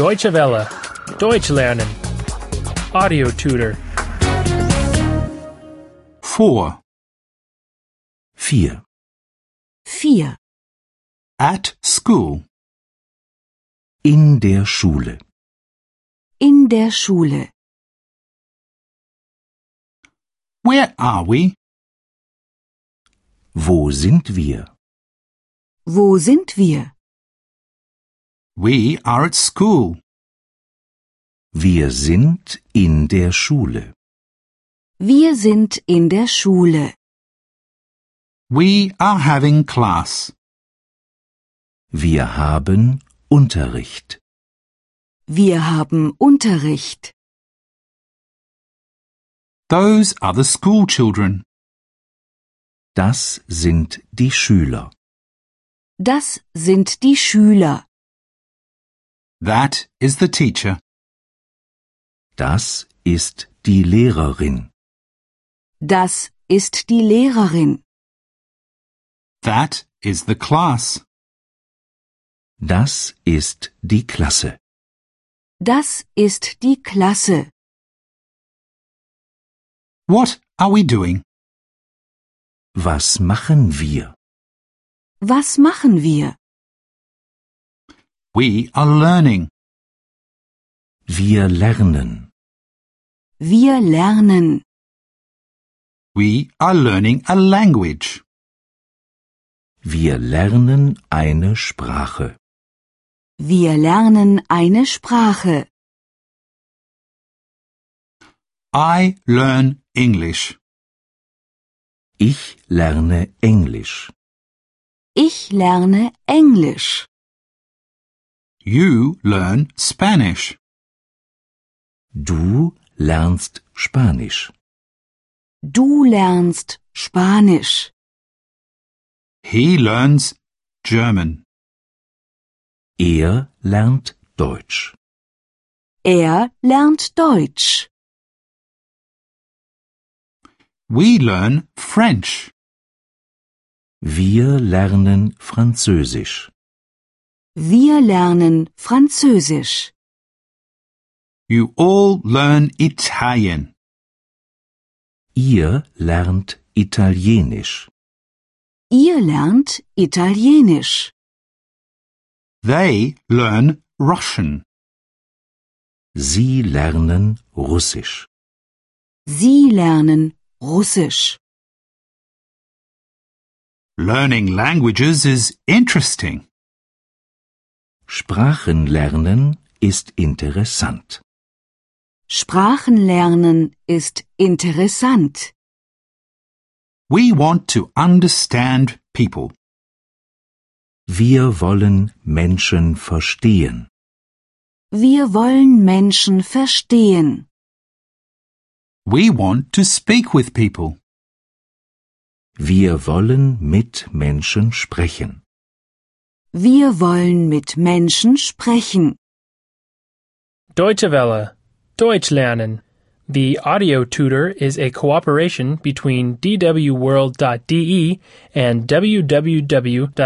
Deutsche Welle. Deutsch lernen. Audio tutor. Vor. 4. 4. At school. In der Schule. In der Schule. Where are we? Wo sind wir? Wo sind wir? We are at school. Wir sind in der Schule. Wir sind in der Schule. We are having class. Wir haben Unterricht. Wir haben Unterricht. Those are the school children. Das sind die Schüler. Das sind die Schüler. That is the teacher. Das ist die Lehrerin. Das ist die Lehrerin. That is the class. Das ist die Klasse. Das ist die Klasse. What are we doing? Was machen wir? Was machen wir? We are learning. Wir lernen. Wir lernen. We are learning a language. Wir lernen eine Sprache. Wir lernen eine Sprache. I learn English. Ich lerne Englisch. Ich lerne Englisch. You learn Spanish. Du lernst Spanisch. Du lernst Spanisch. He learns German. Er lernt Deutsch. Er lernt Deutsch. We learn French. Wir lernen Französisch. Wir lernen Französisch. You all learn Italian. Ihr lernt Italienisch. Ihr lernt Italienisch. They learn Russian. Sie lernen Russisch. Sie lernen Russisch. Learning languages is interesting. Sprachen lernen ist interessant. Sprachen lernen ist interessant. We want to understand people. Wir wollen Menschen verstehen. Wir wollen Menschen verstehen. We want to speak with people. Wir wollen mit Menschen sprechen. Wir wollen mit Menschen sprechen. Deutsche Welle. Deutsch lernen. The audio tutor is a cooperation between E dwworld.de and www.book2.de.